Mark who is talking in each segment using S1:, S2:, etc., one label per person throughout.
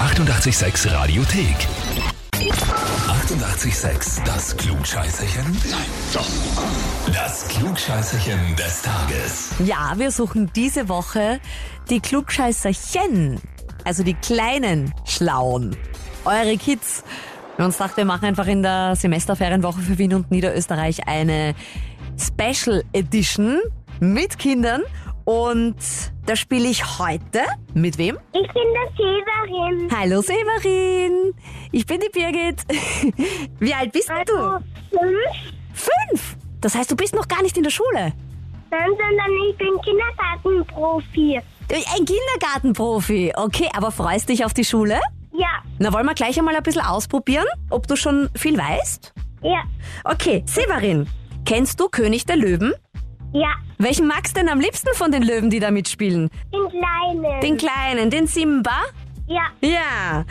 S1: 886 Radiothek. 88,6. Das Klugscheißerchen? Nein, doch. Das Klugscheißerchen des Tages.
S2: Ja, wir suchen diese Woche die Klugscheißerchen, also die kleinen Schlauen, eure Kids. Wir uns dachten, wir machen einfach in der Semesterferienwoche für Wien und Niederösterreich eine Special Edition mit Kindern. Und da spiele ich heute mit wem?
S3: Ich bin der Silberin.
S2: Hallo Severin, ich bin die Birgit. Wie alt bist denn du?
S3: Also fünf.
S2: Fünf! Das heißt, du bist noch gar nicht in der Schule.
S3: Dann, sondern ich bin Kindergartenprofi.
S2: Ein Kindergartenprofi. Okay, aber freust dich auf die Schule?
S3: Ja,
S2: Na, wollen wir gleich einmal ein bisschen ausprobieren, ob du schon viel weißt?
S3: ja,
S2: Okay, Severin, kennst du König der Löwen?
S3: ja.
S2: Welchen magst du denn am liebsten von den Löwen, die da mitspielen?
S3: Den Kleinen.
S2: Den kleinen, den Simba?
S3: ja,
S2: Ja.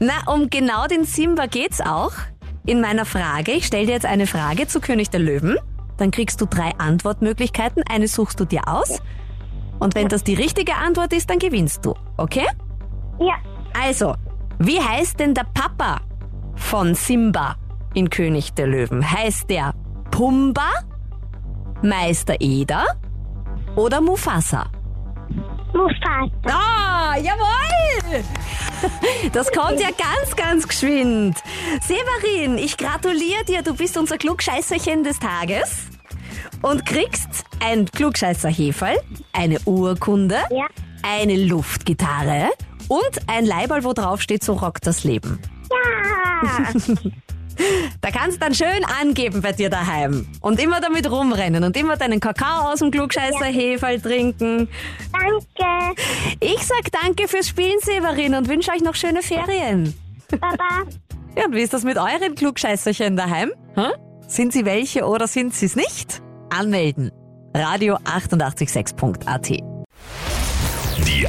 S2: Na, um genau den Simba geht's auch in meiner Frage. Ich stelle dir jetzt eine Frage zu König der Löwen. Dann kriegst du drei Antwortmöglichkeiten. Eine suchst du dir aus. Und wenn das die richtige Antwort ist, dann gewinnst du. Okay?
S3: ja.
S2: Also, wie heißt denn der Papa von Simba in König der Löwen? Heißt der Pumba, Meister Eder oder Mufasa?
S3: Mufasa.
S2: Ah, jawohl! Das kommt ja ganz, ganz geschwind. Severin, ich gratuliere dir, du bist unser Klugscheißerchen des Tages und kriegst ein klugscheißer Heferl, eine Urkunde,
S3: Ja.
S2: eine Luftgitarre und ein Leiberl, wo drauf steht, so rockt das Leben.
S3: Ja.
S2: Da kannst du dann schön angeben bei dir daheim und immer damit rumrennen und immer deinen Kakao aus dem klugscheißer Heferl trinken.
S3: Danke,
S2: Ich sag danke fürs Spielen, Severin, und wünsche euch noch schöne Ferien.
S3: Baba.
S2: Ja, und wie ist das mit euren Klugscheißerchen daheim? Hä? Sind sie welche oder sind sie es nicht? Anmelden. Radio 886.at
S1: Die